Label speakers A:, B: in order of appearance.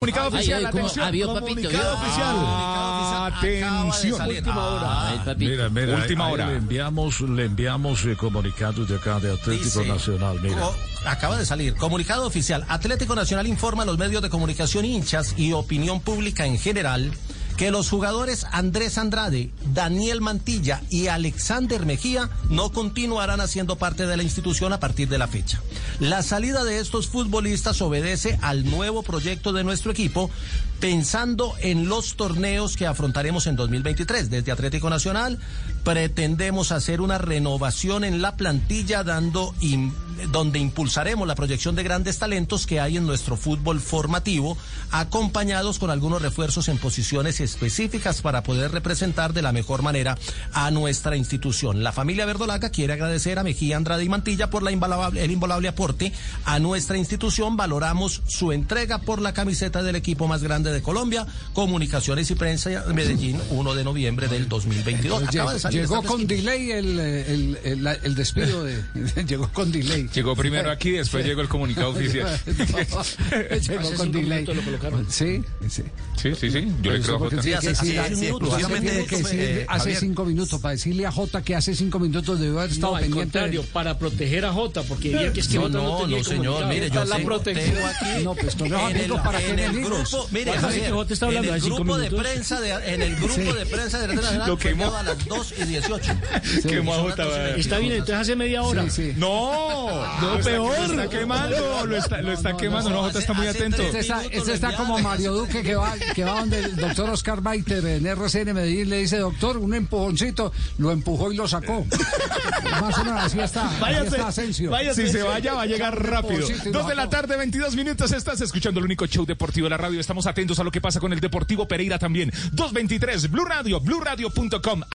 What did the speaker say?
A: Comunicado
B: Ay,
A: oficial,
B: ay, ¿cómo?
A: atención.
B: Ah, vio, papito,
A: comunicado
B: vio.
A: oficial. Atención. Última
C: Ah,
A: hora.
B: Ay, papito.
D: Mira, mira,
A: Última
D: ahí- ahí
A: hora.
D: Le enviamos, le enviamos eh, comunicados de acá de Atlético
C: Dice,
D: Nacional. Mira.
C: co- acaba de salir. Comunicado oficial. Atlético Nacional informa a los medios de comunicación hinchas y opinión pública en general que los jugadores Andrés Andrade, Daniel Mantilla y Alexander Mejía no continuarán haciendo parte de la institución a partir de la fecha. La salida de estos futbolistas obedece al nuevo proyecto de nuestro equipo pensando en los torneos que afrontaremos en 2023. Desde Atlético Nacional pretendemos hacer una renovación en la plantilla dando im- donde impulsaremos la proyección de grandes talentos que hay en nuestro fútbol formativo, acompañados con algunos refuerzos en posiciones específicas para poder representar de la mejor manera a nuestra institución. La familia Verdolaga quiere agradecer a Mejía Andrade y Mantilla por la invaluable- el invaluable aporte a nuestra institución. Valoramos su entrega por la camiseta del equipo más grande de Colombia, Comunicaciones y Prensa, Medellín, 1 de noviembre del 2022. Acaba de salir,
E: Pues Llegó
C: está
E: con delay el, eh, el, el- la- el despido de. llegó con delay.
F: Llegó primero aquí, después llegó el comunicado oficial.
E: llegó
B: Hace
E: con
B: cinco
E: delay.
B: minutos lo colocaron.
E: Sí, sí.
F: Sí, sí, sí. Yo le creo a
E: Porque
F: Jota.
E: tiene
C: Sí,
E: que
C: hace-
E: decirle-
C: hace
E: usted
C: minutos,
E: tiene
C: justamente,
E: que decirle
C: eh,
E: hace
C: Javier.
E: cinco minutos para decirle a Jota que hace cinco minutos debió haber estado
B: No, al
E: pendiente.
B: contrario,
E: de-
B: para proteger a Jota, porque diría que es que
C: No,
B: Jota
C: no,
B: tenía
C: no, señor,
B: comunicado.
C: mire, yo
B: Está la
C: sé-
B: protección.
C: tengo aquí
E: No, pues, con los
C: en
E: amigos,
C: el,
E: ¿para qué
C: en el
E: venimos?
C: grupo, mire,
B: Parece
C: Javier,
B: que vos te está hablando
C: en el
B: hace cinco
C: grupo de
B: minutos.
C: prensa de, en el grupo de prensa de la Nacional
F: Lo
C: fue
F: quemó.
C: dado a las 2 y 18.
F: Quemó a
C: Son las
F: Jota,
C: 2 y
F: va.
C: 18.
B: Está bien, entonces hace media hora.
E: Sí, sí.
F: No, no, peor. Lo está quemando, lo está, lo está quemando. No, Jota está muy
C: hace- hace
F: atento.
E: Este
C: tres-
E: está,
C: minutos
E: este
C: le
E: está
C: enviaron.
E: como Mario Duque que va, que va donde el doctor Oscar Baiter en RCN Medellín le dice, doctor, un empujoncito, lo empujó y lo sacó. Más o menos así está, así
F: Eh. Váyase,
E: está Asensio.
F: váyase. Si se vaya, va a llegar rápido.
E: Pobrecito,
F: Dos de la
E: no.
F: tarde, 22 minutos. Estás escuchando el único show deportivo de la radio. Estamos atentos a lo que pasa con el Deportivo Pereira también. 2.23, Blue Radio, BluRadio.com.